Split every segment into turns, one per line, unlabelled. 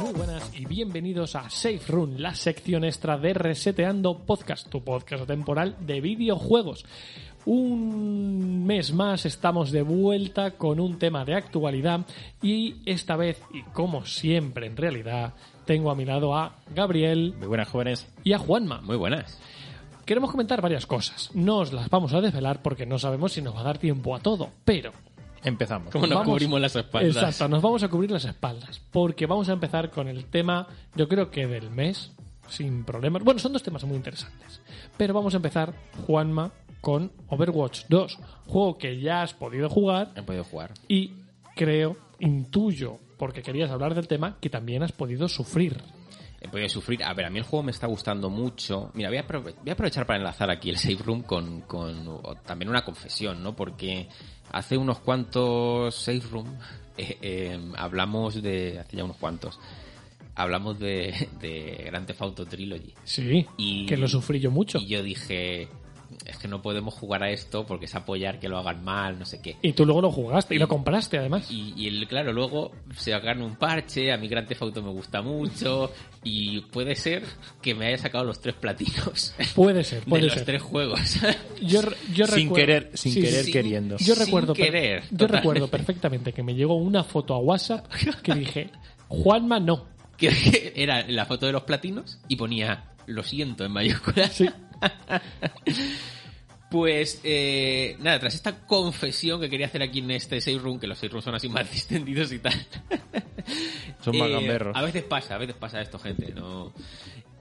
Muy buenas y bienvenidos a Safe Room, la sección extra de Reseteando Podcast, tu podcast temporal de videojuegos. Un mes más estamos de vuelta con un tema de actualidad y esta vez, y como siempre en realidad, tengo a mi lado a Gabriel
Muy buenas, jóvenes.
y a Juanma.
Muy buenas.
Queremos comentar varias cosas. No os las vamos a desvelar porque no sabemos si nos va a dar tiempo a todo, pero
Empezamos.
¿Cómo nos Vamos- cubrimos
las
Exacto, nos vamos a cubrir las espaldas, porque vamos a empezar con el tema, yo creo que del mes, sin problemas. Bueno, son dos temas muy interesantes, pero vamos a empezar, Juanma, con Overwatch 2, juego que ya has podido jugar
He podido jugar.
y creo, intuyo, porque querías hablar del tema, que también has podido sufrir.
He podido sufrir. A ver, a mí el juego me está gustando mucho. Mira, voy a, aprove- voy a aprovechar para enlazar aquí el Safe Room con, con o- también una confesión, ¿no? Porque hace unos cuantos Safe Room eh, eh, hablamos de... Hace ya unos cuantos. Hablamos de, de Grand Theft Auto Trilogy.
Sí,
Y-
que lo sufrí yo mucho.
Y yo dije... Es que no podemos jugar a esto porque es apoyar que lo hagan mal, no sé qué.
Y tú luego lo jugaste y lo compraste además.
Y, y el, claro, luego se gana un parche, a mi Grand Theft Auto me gusta mucho y puede ser que me haya sacado los tres platinos
Puede ser,
de
puede
los
ser.
tres juegos.
Yo, yo
Sin
recuerdo-
querer, sin
Sí, sí,
querer
sí.
queriendo.
Yo
Sin
recuerdo, per-
querer,
yo
totalmente.
recuerdo perfectamente que me llegó una foto a WhatsApp que dije, Juanma no.
que que era la foto de los platinos y ponía lo siento en mayúsculas.
Sí.
Pues eh, nada, tras esta confesión que quería hacer aquí en este Save Room, que los Save Rooms son así más distendidos y tal,
Son
Eh,
magamberros.
a veces pasa, a veces pasa esto, gente. No.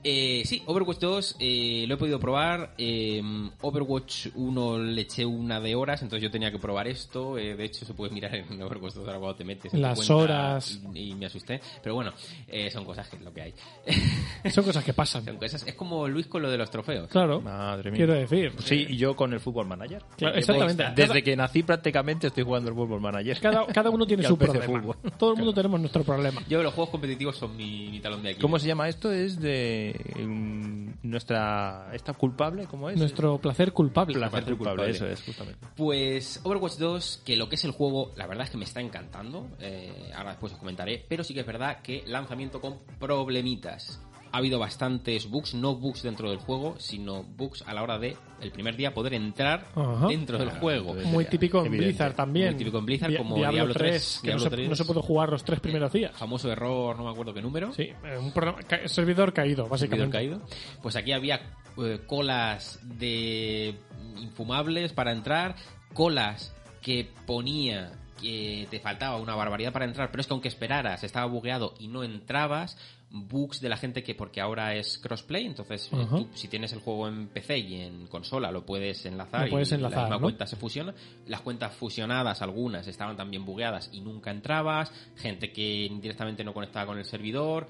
Eh, sí, Overwatch 2 eh, lo he podido probar. eh, Overwatch 1 le eché una de horas, entonces yo tenía que probar esto. eh, de hecho, se puede mirar en Overwatch 2 ahora cuando te metes. en tu
Las
cuenta,
horas.
Y, y me asusté. Pero bueno, eh, son cosas que es lo que hay.
Son cosas que pasan.
Son cosas- es como Luis con lo de los trofeos.
Claro.
Madre mía.
Quiero decir.
Sí, y yo con el Fútbol Manager.
eh, Claro,
Que
exactamente.
llevo- Desde
Cada-
que nací prácticamente estoy jugando al Fútbol Manager.
Cada, cada uno tiene
Y
su
al PC
problema.
fútbol.
Todo el mundo tenemos nuestro problema.
Yo los juegos competitivos son mi, mi talón de Aquiles.
¿Cómo se llama esto? Es de mm, nuestra esta culpable, ¿cómo es?
Nuestro placer culpable.
placer
placer
culpable,
culpable.
eso es justamente.
Pues Overwatch 2, que lo que es el juego, la verdad es que me está encantando. eh, ahora después os comentaré. Pero sí que es verdad que lanzamiento con problemitas. Ha habido bastantes bugs, no bugs dentro del juego, sino bugs a la hora de, el primer día, poder entrar
Ajá.
dentro del juego.
entonces-
Muy típico en
Evidente.
Blizzard también.
Muy típico en Blizzard,
Di-
como
Diablo,
Diablo
3,
3,
que
Diablo
no, se,
3.
no se puede jugar los tres primeros días.
Famoso error, no me acuerdo qué número.
Sí, eh, un problema- ca- servidor caído,
servidor
básicamente.
caído. Pues aquí había eh, colas de infumables para entrar, colas que ponía que te faltaba una barbaridad para entrar, pero es que aunque esperaras, estaba bugueado y no entrabas, bugs de la gente que porque ahora es crossplay, entonces eh,
Ajá.
tú, si tienes el juego en PC y en consola lo puedes enlazar,
Lo puedes
y
enlazar,
la misma
¿no?
cuenta se fusiona, las cuentas fusionadas algunas estaban también bugueadas y nunca entrabas, gente que directamente no conectaba con el servidor,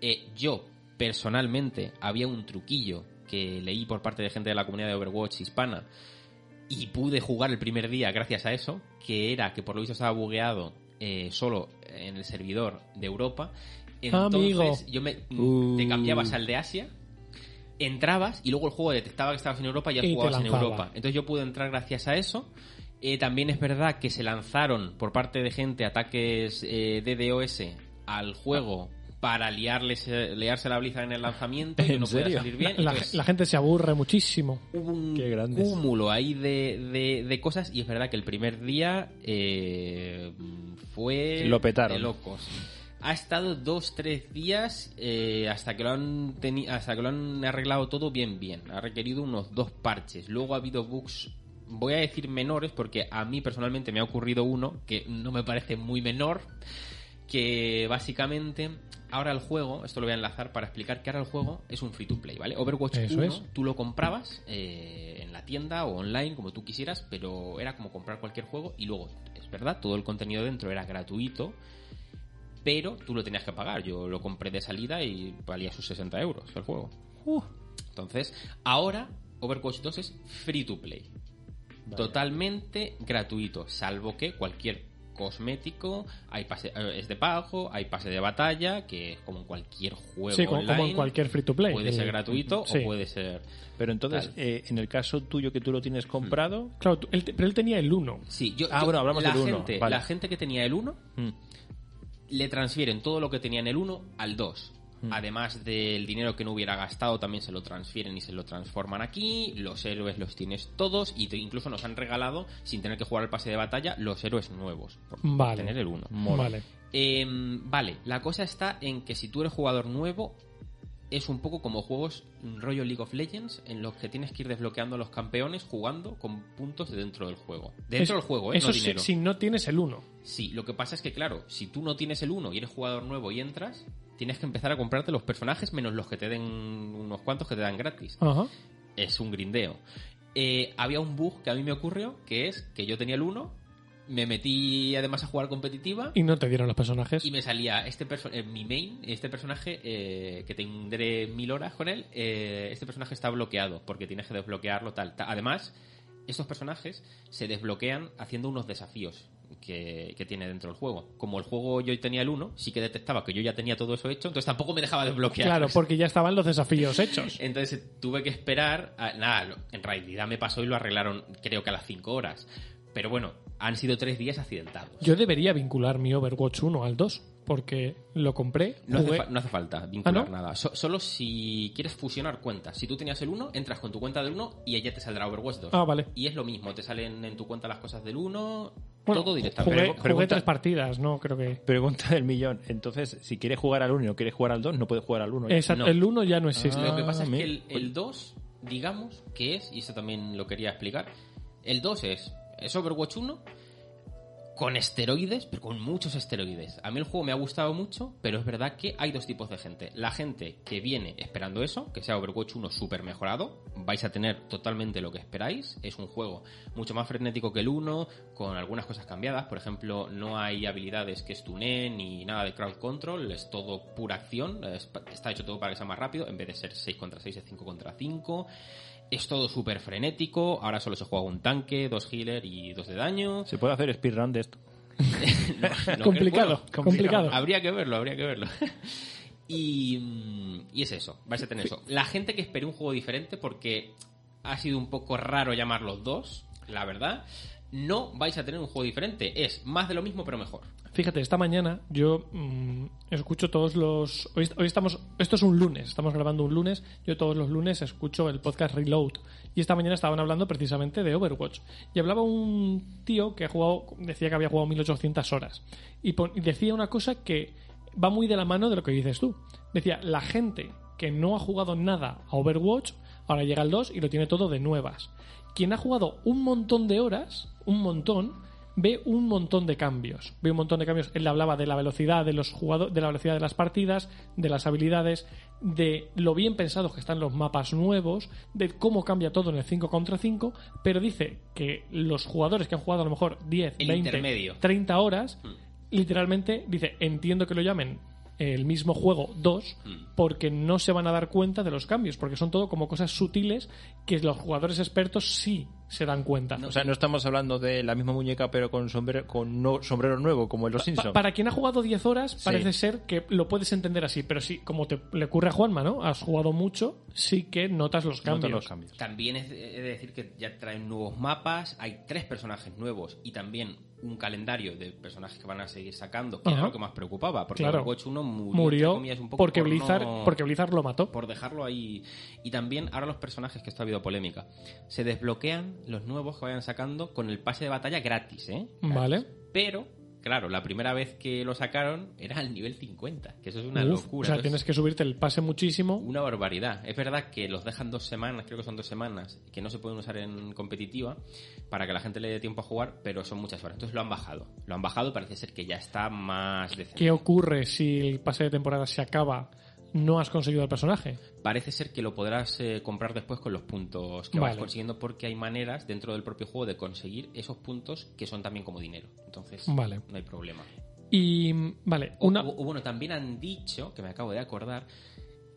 eh, yo, personalmente, había un truquillo que leí por parte de gente de la comunidad de Overwatch hispana y pude jugar el primer día gracias a eso, que era que por lo visto estaba bugueado eh, solo en el servidor de Europa. Entonces
Amigo.
yo me, mm,
Uh.
te cambiabas al de Asia, entrabas y luego el juego detectaba que estabas en Europa y ya
Y te
jugabas en
lanzaba.
Europa. Entonces yo pude entrar gracias a eso. Eh, también es verdad que se lanzaron por parte de gente ataques eh, DDoS al juego para liarles, eh, liarse la bliza en el lanzamiento y pues- que
¿En
no
serio?
pudiera salir bien.
La- la-
Entonces,
la gente se aburre muchísimo.
hubo un
Qué grandes.
cúmulo ahí de, de- de cosas y es verdad que el primer día eh, fue
Lo petaron.
de locos. Ha estado dos, tres días eh, hasta, que lo han teni- hasta que lo han arreglado todo bien, bien. Ha requerido unos dos parches. Luego ha habido bugs, voy a decir menores, porque a mí personalmente me ha ocurrido uno que no me parece muy menor, que básicamente ahora el juego, esto lo voy a enlazar para explicar que ahora el juego es un free to play, ¿vale? Overwatch
Eso
1,
es.
tú lo comprabas eh, en la tienda o online, como tú quisieras, pero era como comprar cualquier juego y luego, es verdad, todo el contenido dentro era gratuito, pero tú lo tenías que pagar. Yo lo Uh. compré de salida y valía sus 60 euros el juego. Entonces, ahora Overwatch 2 es free to play. Totalmente gratuito, salvo que cualquier cosmético, hay pase, eh, es de pago, hay pase de batalla, que es como en cualquier juego
Sí, como, como
online,
en cualquier free to play. Eh,
Puede ser gratuito
Sí.
o puede ser...
Pero entonces,
Tal.
eh, en el caso tuyo que tú lo tienes comprado,
Claro, tú- él te- pero él tenía el 1.
Sí, yo,
Ah,
yo-
bueno, hablamos
la
del uno,
gente,
vale.
La gente que tenía el 1
mm,
le transfieren todo lo que tenía en el 1 al 2.
Mm.
Además del dinero que no hubiera gastado, también se lo transfieren y se lo transforman aquí. Los héroes los tienes todos y te- incluso nos han regalado, sin tener que jugar el pase de batalla, los héroes nuevos. Por
Vale.
tener el 1.
mola.
Vale.
Eh, vale, la cosa está en que si tú eres jugador nuevo, es un poco como juegos mm, rollo League of Legends, en los que tienes que ir desbloqueando a los campeones jugando con puntos de dentro del juego. Dentro
Eso-
del juego, ¿eh?
Eso
no
sí,
dinero.
si no tienes el 1.
Sí, lo que pasa es que, claro, si tú no tienes el 1 y eres jugador nuevo y entras, tienes que empezar a comprarte los personajes menos los que te den unos cuantos que te dan gratis.
Ajá.
Es un grindeo. Eh, había un bug que a mí me ocurrió, que es que yo tenía el 1, me metí además a jugar competitiva
Y no te dieron los personajes.
y me salía este perso- eh, mi main, este personaje eh, que tendré mil horas con él, eh, este personaje está bloqueado porque tienes que desbloquearlo tal. ta- Además, estos personajes se desbloquean haciendo unos desafíos que, que tiene dentro del juego. Como el juego yo tenía el 1, sí que detectaba que yo ya tenía todo eso hecho, entonces tampoco me dejaba desbloquear.
Claro, porque ya estaban los desafíos hechos.
Entonces tuve que esperar. a- nada, lo- en realidad me pasó y lo arreglaron creo que a las 5 horas. Pero bueno, han sido tres días accidentados.
Yo debería vincular mi Overwatch 1 al 2, porque lo compré,
No hace,
jugué-
fa- no hace falta vincular
¿Ah, no?
nada. So- solo si quieres fusionar cuentas. Si tú tenías el 1, entras con tu cuenta del 1 y ella te saldrá Overwatch 2.
Ah, vale.
Y es lo mismo, te salen en tu cuenta las cosas del 1,
Bueno,
todo directamente.
Jugué,
Pero-
jugué
pregunta-
tres partidas, no creo que...
Pregunta del millón. Entonces, si quieres jugar al 1 y no quieres jugar al 2, no puedes jugar al 1.
Exacto,
no.
el 1 ya no existe.
Ah.
Lo que pasa es que
mira.
el, el 2, digamos, que es, y eso también lo quería explicar, el 2 es, es Overwatch 1 con esteroides, pero con muchos esteroides. A mí el juego me ha gustado mucho, pero es verdad que hay dos tipos de gente. La gente que viene esperando eso, que sea Overwatch 1 super mejorado, vais a tener totalmente lo que esperáis. Es un juego mucho más frenético que el 1, con algunas cosas cambiadas. Por ejemplo, no hay habilidades que estunen ni nada de crowd control, es todo pura acción. es pa- está hecho todo para que sea más rápido, en vez de ser 6 contra 6, es 5 contra 5. Es todo súper frenético, ahora solo se juega un tanque, dos healer y dos de daño.
Se puede hacer speedrun de esto.
No, no creo-
Complicado,
bueno,
complicado.
Habría que verlo, habría que verlo. Y, mm, y es eso, vais a tener eso. La gente que esperó un juego diferente, porque ha sido un poco raro llamarlos dos, la verdad, no vais a tener un juego diferente. Es más de lo mismo, pero mejor.
Fíjate, esta mañana yo mm, escucho todos los. Hoy, hoy estamos. Esto es un lunes, estamos grabando un lunes. Yo todos los lunes escucho el podcast Reload. Y esta mañana estaban hablando precisamente de Overwatch. Y hablaba un tío que ha jugado. Decía que había jugado 1800 horas. Y, pon- y decía una cosa que va muy de la mano de lo que dices tú. Decía, la gente que no ha jugado nada a Overwatch, ahora llega al 2 y lo tiene todo de nuevas. Quien ha jugado un montón de horas, un montón, ve un montón de cambios. Ve un montón de cambios. Él hablaba de la velocidad de los jugadores, de la velocidad de las partidas, de las habilidades, de lo bien pensados que están los mapas nuevos, de cómo cambia todo en el 5 contra 5, pero dice que los jugadores que han jugado a lo mejor 10,
El
20,
intermedio.
30 horas,
Mm.
literalmente dice, entiendo que lo llamen el mismo juego 2
Mm.
porque no se van a dar cuenta de los cambios, porque son todo como cosas sutiles que los jugadores expertos sí se dan cuenta.
No,
O sea, no estamos hablando de la misma muñeca, pero con sombrero, con no- sombrero nuevo, como en los
Pa-
Simpsons.
para quien ha jugado 10 horas, parece ser que lo puedes entender así, pero sí, como te le ocurre a Juanma, ¿no? Has jugado mucho, sí que notas los
No
cambios.
te los cambios.
También es de he de decir que ya traen nuevos mapas, hay tres personajes nuevos y también un calendario de personajes que van a seguir sacando, que
Ajá.
era lo que más preocupaba, porque
Claro.
Overwatch 1 murió, entre
Murió
comillas, un poco
porque,
por
Blizzard,
no-
porque Blizzard lo mató.
por dejarlo ahí. Y también ahora los personajes, que esto ha habido polémica, se desbloquean los nuevos que vayan sacando con el pase de batalla gratis, ¿eh?
Vale.
Pero, claro, la primera vez que lo sacaron era al nivel 50, que eso es una
Uf, o
locura.
sea,
eso
tienes
es
que subirte el pase muchísimo.
Una barbaridad. Es verdad que los dejan dos semanas, creo que son dos semanas, que no se pueden usar en competitiva para que la gente le dé tiempo a jugar, pero son muchas horas. Entonces lo han bajado. Lo han bajado, parece ser que ya está más decente.
¿Qué ocurre si el pase de temporada se acaba? No has conseguido el personaje.
Parece ser que lo podrás eh, comprar después con los puntos que vas
Vale.
consiguiendo porque hay maneras dentro del propio juego de conseguir esos puntos que son también como dinero. Entonces,
Vale.
no hay problema.
Y mm, vale,
O-
una
o- o bueno, también han dicho, que me acabo de acordar,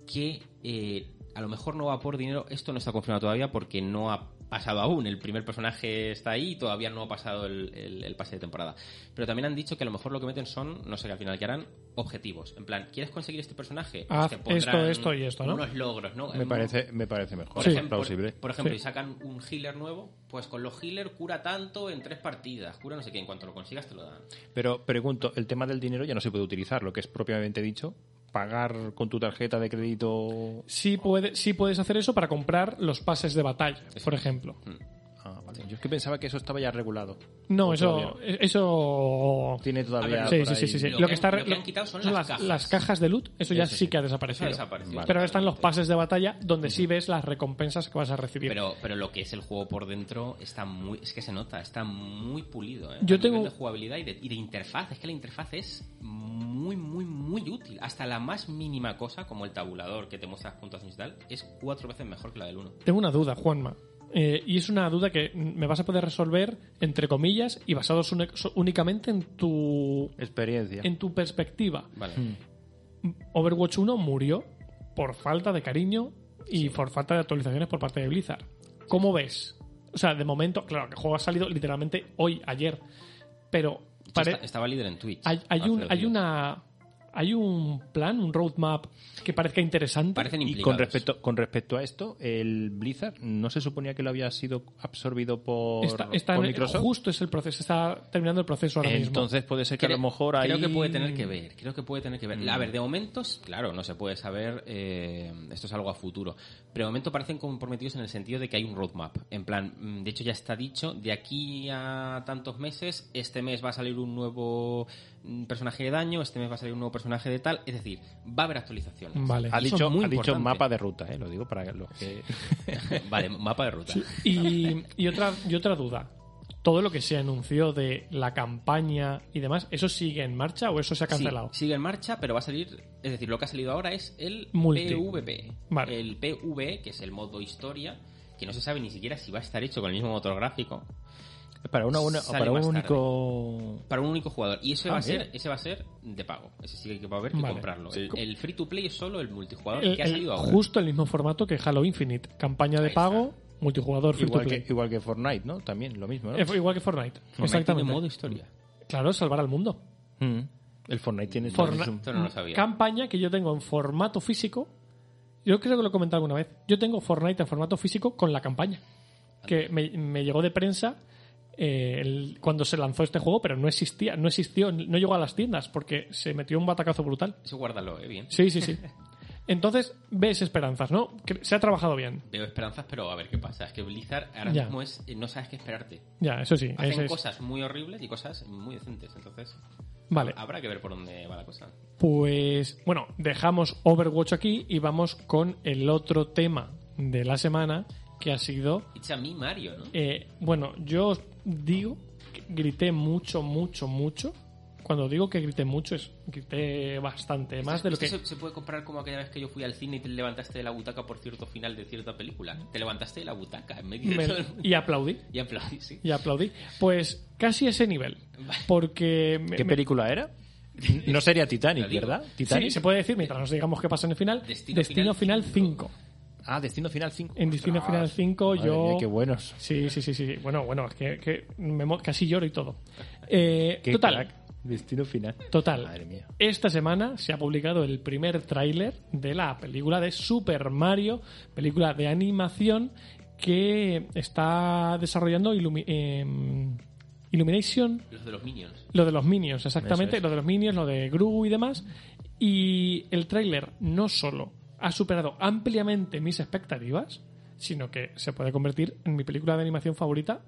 que eh, a lo mejor no va por dinero. Esto no está confirmado todavía porque no ha pasado aún. El primer personaje está ahí y todavía no ha pasado el, el- el pase de temporada. Pero también han dicho que a lo mejor lo que meten son, no sé qué al final que harán, objetivos. En plan, ¿quieres conseguir este personaje?
Haz
Te
esto,
pondrán
esto y esto, ¿no?
Unos logros, ¿no?
Me parece, me parece mejor,
Por
Sí.
ejemplo,
plausible.
por ejemplo,
Sí.
y sacan un healer nuevo, pues con los healer cura tanto en tres partidas, cura no sé qué, en cuanto lo consigas te lo dan.
Pero pregunto, el tema del dinero ya no se puede utilizar, lo que es propiamente dicho, pagar con tu tarjeta de crédito.
Sí, puede- sí puedes hacer eso para comprar los pases de batalla, por ejemplo.
Ah, vale. Yo es que pensaba que eso estaba ya regulado.
Mm.
No,
O
eso, e-,
todavía
eso.
no. tiene
A
todavía.
ver,
Sí,
por
sí, sí,
ahí-
sí, sí. Lo,
Lo que
que
han-
está re-
lo que han quitado son las cajas.
las cajas de loot, eso ya
Eso
sí,
sí.
que ha
Eso
desaparecido.
desapareció.
Pero ahora están los pases de batalla donde sí ves las recompensas que vas a recibir.
Pero, pero lo que es el juego por dentro está muy. Es que se nota, está muy pulido. ¿eh?
Yo
A
tengo-
nivel de jugabilidad y de, y de interfaz. Es que la interfaz es muy, muy, muy útil. Hasta la más mínima cosa, como el tabulador que te muestra las puntuaciones y tal, es cuatro veces mejor que la del 1.
Tengo una duda, Juanma. Eh, y es una duda que me vas a poder resolver, entre comillas, y basados uni- so- únicamente en tu,
Experiencia.
en tu perspectiva.
Vale.
Overwatch 1 murió por falta de cariño y por falta de actualizaciones por parte de Blizzard. ¿Cómo ves? O sea, de momento, claro, que el juego ha salido literalmente hoy, ayer, pero pare-
Está- estaba líder en Twitch.
hay, hay
hace
un,
dos
hay
días.
una hay un plan, un roadmap que parezca interesante.
Parecen
Y
implicados.
con respecto, con respecto a esto, el Blizzard no se suponía que lo había sido absorbido por,
Está- está
por
en-
Microsoft.
justo es el proceso, está terminando el proceso ahora mismo.
Entonces puede ser que a lo mejor ahí. Mm.
creo que puede tener que ver, creo que puede tener que ver. A ver, de momento, claro, no se puede saber, eh, esto es algo a futuro, pero de momento parecen comprometidos en el sentido de que hay un roadmap. En plan, mm, de hecho ya está dicho, de aquí a tantos meses, este mes va a salir un nuevo mm, personaje de daño, este mes va a salir un nuevo personaje de tal, es decir, va a haber actualizaciones.
Vale.
Ha
Eso es
dicho,
muy
ha dicho
importante.
mapa de ruta, ¿eh? lo digo para los que.
Vale, mapa de ruta.
Y, y otra, y otra duda. Todo lo que se anunció de la campaña y demás, ¿eso sigue en marcha o eso se ha
Sí,
cancelado?
sigue en marcha, pero va a salir. Es decir, lo que ha salido ahora es el
Multi.
PvP.
Vale.
El PvE, que es el modo historia, que no se sabe ni siquiera si va a estar hecho con el mismo motor gráfico.
Para, una, una-
Sale
para un
más tarde.
único.
Para un único jugador. Y ese
Ah,
va a
mira.
ser, ese va a ser de pago. Ese sí que va a haber que
Vale.
comprarlo.
Sí.
El, el free to play es solo el multijugador
El-
que ha
el-
salido ahora.
justo el mismo formato que Halo Infinite. Campaña de
Ahí está.
pago, multijugador, free
Igual
to play.
que, igual que Fortnite, ¿no? También lo mismo, ¿no?
Eh, Igual que Fortnite.
Exactamente.
Exactamente.
modo historia.
Claro, salvar al mundo.
Mm. El Fortnite tiene.
Fortnite-
tiene su-
Esto no lo sabía.
Campaña que yo tengo en formato físico. Yo creo que lo he comentado alguna vez. Yo tengo Fortnite en formato físico con la campaña. Que me, me llegó de prensa eh, el- cuando se lanzó este juego, pero no existía, no existió, no llegó a las tiendas porque se metió un batacazo brutal.
Eso guárdalo, eh, bien.
Sí, sí, sí. Entonces, ves esperanzas, ¿no? Que se ha trabajado bien.
Veo esperanzas, pero a ver qué pasa. Es que Blizzard ahora
Ya.
mismo es. eh, No sabes qué esperarte.
Ya, eso sí.
Hacen
ese es-
cosas muy horribles y cosas muy decentes. Entonces,
Vale.
habrá que ver por dónde va la cosa.
Pues bueno, dejamos Overwatch aquí y vamos con el otro tema de la semana que ha sido,
It's a me Mario, ¿no?
eh, bueno, yo os digo que grité mucho, mucho, mucho. Cuando digo que grité mucho es grité bastante, más de lo
Esto
que...
Este se, se puede comparar como aquella vez que yo fui al cine y te levantaste de la butaca por cierto final de cierta película.
Mm.
Te levantaste de la butaca en medio de
me-
todo el mundo.
y aplaudí,
Y aplaudí, sí.
y aplaudí. Pues casi ese nivel, porque... me-
¿Qué
me-
película era? No sería Titanic,
Lo digo.
¿verdad?
Sí,
Titanic.
se puede decir, mientras nos digamos qué pasa en el final, Destino,
Destino
Final
Final
5.
Ah, Destino Final 5.
En Destino Final 5
Madre
yo...
mía, qué buenos.
Sí, sí, sí, sí. Bueno, bueno, es que, que me mo- casi lloro y todo. Eh,
Qué
total,
crack. Destino Final.
total.
Madre mía.
Esta semana se ha publicado el primer tráiler de la película de Super Mario, película de animación que está desarrollando Illumi- em, Illumination
Los de los Minions.
lo de los Minions, exactamente.
Eso es.
Lo de los Minions, lo de Gru y demás. Y el tráiler no solo ha superado ampliamente mis expectativas, sino que se puede convertir en mi película de animación favorita,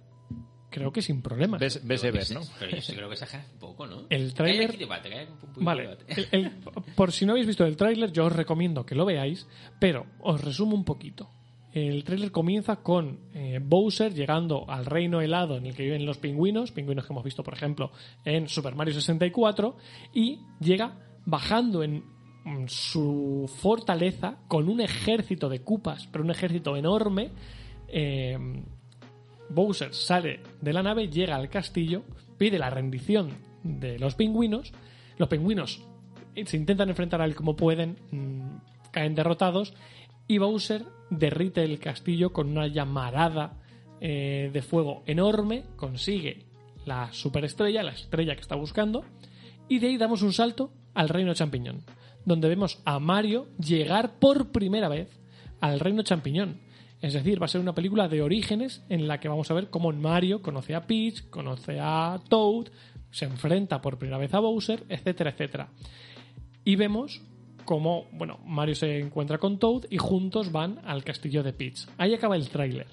creo que sin problemas.
Ves, ves
Pero
Ever,
que
¿no?
se- Pero yo sí creo que exageras un poco, ¿no?
El
Cállate
tráiler-
aquí, debate, cállate un poco,
Vale, Eh,
debate.
el- el- por si no habéis visto el tráiler, yo os recomiendo que lo veáis, pero os resumo un poquito. El tráiler comienza con eh, Bowser llegando al reino helado en el que viven los pingüinos, pingüinos que hemos visto, por ejemplo, en Super Mario 64, y llega bajando en mm, su fortaleza con un ejército de cupas, pero un ejército enorme. eh, Bowser sale de la nave, llega al castillo, pide la rendición de los pingüinos. Los pingüinos se intentan enfrentar a él como pueden, mm, caen derrotados y Bowser derrite el castillo con una llamarada eh, de fuego enorme, consigue la superestrella, la estrella que está buscando, y de ahí damos un salto al reino champiñón, donde vemos a Mario llegar por primera vez al reino champiñón. Es decir, va a ser una película de orígenes en la que vamos a ver cómo Mario conoce a Peach, conoce a Toad, se enfrenta por primera vez a Bowser, etcétera, etcétera. Y vemos cómo, bueno, Mario se encuentra con Toad y juntos van al castillo de Peach. Ahí acaba el tráiler.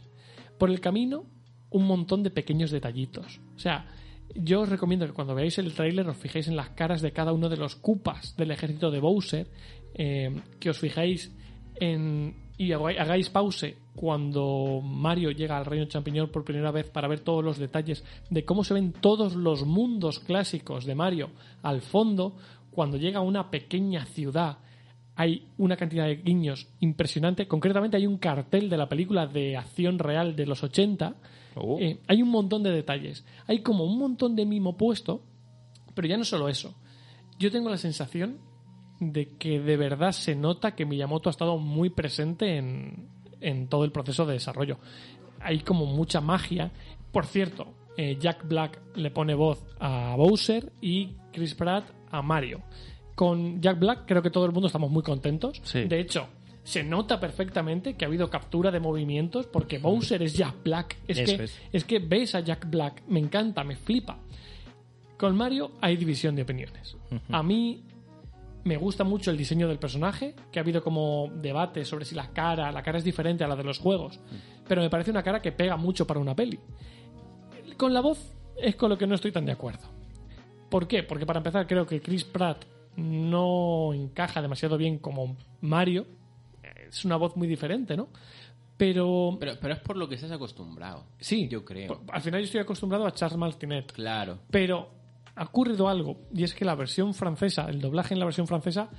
Por el camino, un montón de pequeños detallitos. O sea, yo os recomiendo que cuando veáis el tráiler os fijéis en las caras de cada uno de los cupas del ejército de Bowser, eh, que os fijéis en y haga- hagáis pause cuando Mario llega al Reino Champiñón por primera vez para ver todos los detalles de cómo se ven todos los mundos clásicos de Mario al fondo, cuando llega a una pequeña ciudad hay una cantidad de guiños impresionante, concretamente hay un cartel de la película de acción real de los 80,
Oh.
Eh, hay un montón de detalles, hay como un montón de mimo puesto, pero ya no solo eso, yo tengo la sensación de que de verdad se nota que Miyamoto ha estado muy presente en, en todo el proceso de desarrollo. Hay como mucha magia. Por cierto, eh, Jack Black le pone voz a Bowser y Chris Pratt a Mario. Con Jack Black creo que todo el mundo estamos muy contentos.
Sí.
De hecho, se nota perfectamente que ha habido captura de movimientos porque Bowser es Jack Black. Es,
Eso
que,
es.
es que ves a Jack Black, me encanta, me flipa. Con Mario hay división de opiniones. A mí me gusta mucho el diseño del personaje, que ha habido como debate sobre si la cara, la cara es diferente a la de los juegos, pero me parece una cara que pega mucho para una peli. Con la voz es con lo que no estoy tan de acuerdo. ¿Por qué? Porque para empezar creo que Chris Pratt no encaja demasiado bien como Mario. Es una voz muy diferente, ¿no? Pero,
Pero, pero es por lo que estás acostumbrado.
sí,
Yo creo.
por- al final yo estoy acostumbrado a Charles Martinet,
Claro.
pero ha ocurrido algo, y es que la versión francesa, el doblaje en la versión francesa,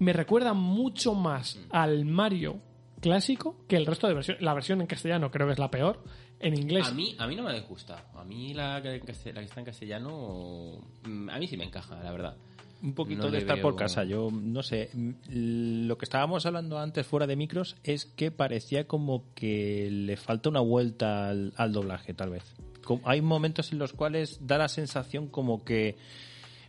me recuerda mucho
Mm.
más al Mario clásico que el resto de versiones. La versión en castellano creo que es la peor. En inglés.
A mí, a mí no me ha disgustado. A mí la que, la que está en castellano. mm, A mí sí me encaja, la verdad.
Un poquito
No
de
le
estar
veo-
por casa. Yo no sé. mm, Lo que estábamos hablando antes fuera de micros es que parecía como que le falta una vuelta al, al doblaje, tal vez. Com- Hay momentos en los cuales da la sensación como que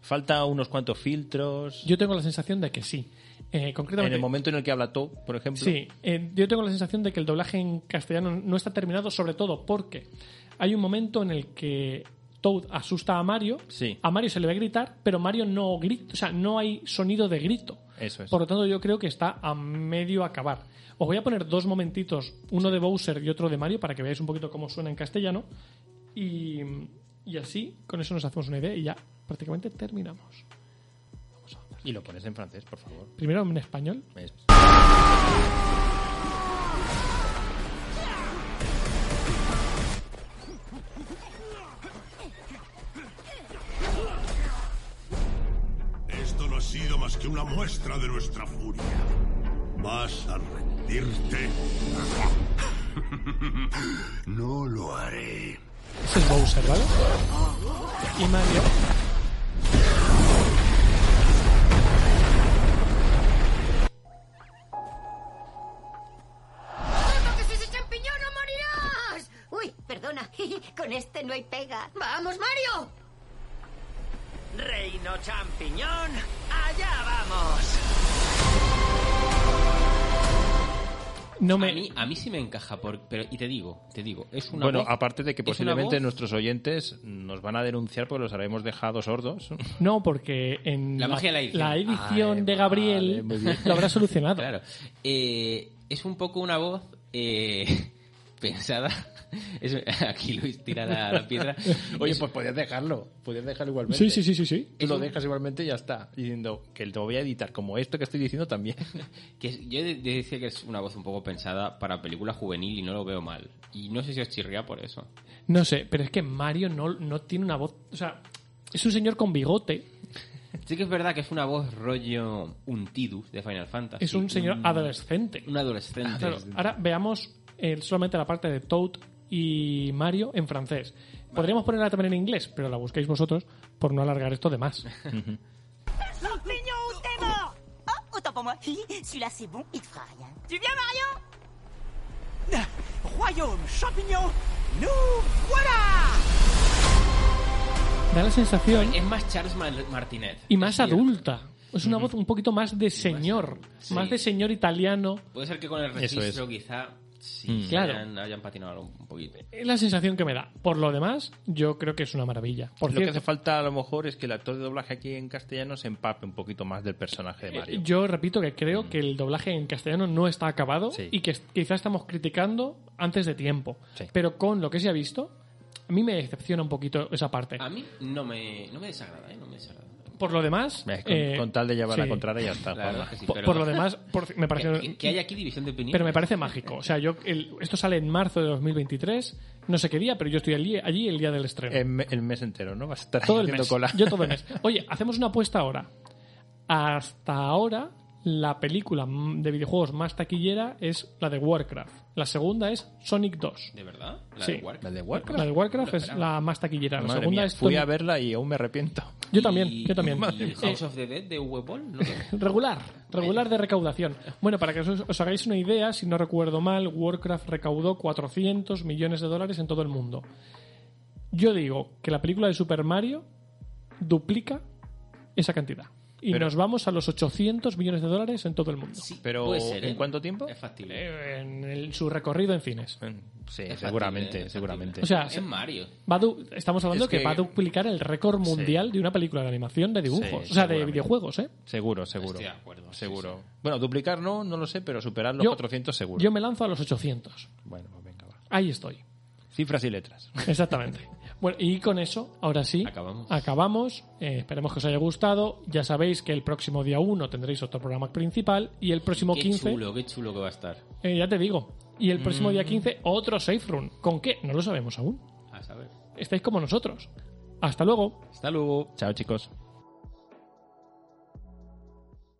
falta unos cuantos filtros.
Yo tengo la sensación de que sí. Eh,
en
concretamente.
el momento en el que habla todo, por ejemplo.
Sí, eh, yo tengo la sensación de que el doblaje en castellano no está terminado, sobre todo porque hay un momento en el que Toad asusta a Mario,
Sí.
a Mario se le ve gritar, pero Mario no grita, o sea, no hay sonido de grito.
Eso es.
Por lo tanto, yo creo que está a medio acabar. Os voy a poner dos momentitos, uno de Bowser y otro de Mario, para que veáis un poquito cómo suena en castellano. Y, y así, con eso nos hacemos una idea y ya prácticamente terminamos.
Y lo pones en francés, por favor.
Primero en español.
Eso es.
Esto no ha sido más que una muestra de nuestra furia. ¿Vas a rendirte? No lo haré.
Ese es Bowser, ¿vale? Y Mario.
¡Toma que si ese champiñón no morirás! Uy, perdona, con este no hay pega. ¡Vamos, Mario!
Reino champiñón, allá vamos.
No
A, mí,
me.
a mí sí me encaja, por, pero y te digo, te digo, es una
Bueno,
voz-
aparte de que
es una
posiblemente
voz-
nuestros oyentes nos van a denunciar porque los habremos dejado sordos.
No, porque en
La magia de la edición. Ah,
edición
Ay,
de Gabriel
vale, muy bien.
lo habrá solucionado.
Claro. Eh, es un poco una voz eh, pensada. Es- aquí Luis tira la, la piedra. Es-
pues podías dejarlo. Podías dejarlo igualmente.
Sí, sí, sí, sí, sí.
Tú lo dejas igualmente y ya está. Diciendo que lo voy a editar como esto que estoy diciendo también.
que es- yo he de- de decir que es una voz un poco pensada para película juvenil y no lo veo mal. Y no sé si os chirría por eso.
No sé, pero es que Mario no, no tiene una voz. O sea, es un señor con bigote.
Sí que es verdad que es una voz rollo un Tidus de Final Fantasy.
Es un señor adolescente.
Un Mm. adolescente.
Claro, ahora veamos eh, solamente la parte de Toad y Mario en francés. Podríamos ponerla también en inglés, pero la busquéis vosotros por no alargar esto de más.
¡Los niños, un tema! ¡Ah, un topo
Oh, moi. Celui-là, c'est bon, il te fera rien.
Tu viens, Marion Royaume champignon, nous voilà
Da la sensación.
Es más Charles Mar- Martinet.
Y más
Es cierto.
adulta. Es una voz un poquito más de señor.
Sí.
Más de señor italiano.
Puede ser que con el
Eso
registro quizá sí,
Mm.
se
Claro.
hayan, hayan patinado un poquito.
Es la sensación que me da. Por lo demás, yo creo que es una maravilla. Por
lo que
cierto,
hace falta a lo mejor es que el actor de doblaje aquí en castellano se empape un poquito más del personaje
Eh,
de Mario. Mm.
Yo repito que creo que el doblaje en castellano no está acabado
Sí.
y que es- quizá estamos criticando antes de tiempo.
Sí.
Pero con lo que se ha visto, a mí me decepciona un poquito esa parte.
Ah.
A mí no me, no me desagrada, ¿eh? No me desagrada.
Por lo demás.
Ves, con,
eh,
con tal de llevar la
sí.
contraria ya está.
La verdad
Juanma.
es que sí,
Por,
pero-
por lo demás, por- me
Que,
parece.
que- que hay aquí división de opinión.
Pero me parece mágico. O sea, yo el- esto sale en marzo de 2023. No sé qué día, pero yo estoy allí, allí el día del estreno.
el, me- el mes entero, ¿no? Vas a estar
todo el
haciendo
mes.
cola.
Yo todo el mes. Oye, hacemos una apuesta ahora. Hasta ahora, la película mm, de videojuegos más taquillera es la de Warcraft. La segunda es Sonic 2.
¿De verdad? ¿La
Sí.
de Warcraft?
¿La de
La
Warcraft?
de Warcraft
Lo
es
esperaba.
la más taquillera. La
Madre
segunda
mía,
es.
fui
Sonic-
a verla y aún me arrepiento.
Yo también,
Y-
yo también.
¿Y House
Eh,
of the Dead de Webol? ¿no?
Regular, regular de recaudación. Bueno, para que os, os hagáis una idea, si no recuerdo mal, Warcraft recaudó 400 millones de dólares en todo el mundo. Yo digo que la película de Super Mario duplica esa cantidad. Y
Pero-
nos vamos a los 800 millones de dólares en todo el mundo.
Sí,
Pero,
puede ser,
¿en
¿eh?
cuánto tiempo?
Es factible.
Eh, En el- su recorrido en cines.
Mm, Sí,
Es
seguramente,
factible, es
seguramente.
factible.
O sea,
es
se-
Mario.
Va a du- estamos hablando
Es
que,
que-
va a duplicar el récord mundial de una película de animación de dibujos.
Sí,
o sea, de
seguramente.
videojuegos, ¿eh?
Seguro, seguro.
Estoy de acuerdo, sí,
Seguro. Bueno, duplicar no, no lo sé, pero superar los
Yo-
400 seguro.
Yo me lanzo a los 800.
Bueno, pues venga, va.
Ahí estoy.
Cifras y letras.
Exactamente. Bueno, y con eso, ahora sí,
Acabamos.
acabamos. Eh, esperemos que os haya gustado. Ya sabéis que el próximo día 1 tendréis otro programa principal y el próximo
Qué
15,
chulo, Mm. qué chulo que va a estar.
eh, ya te digo, y el próximo día 15 otro safe run. ¿Con qué? No lo sabemos aún.
A saber.
Estáis como nosotros. Hasta luego.
Hasta luego.
Chao, chicos.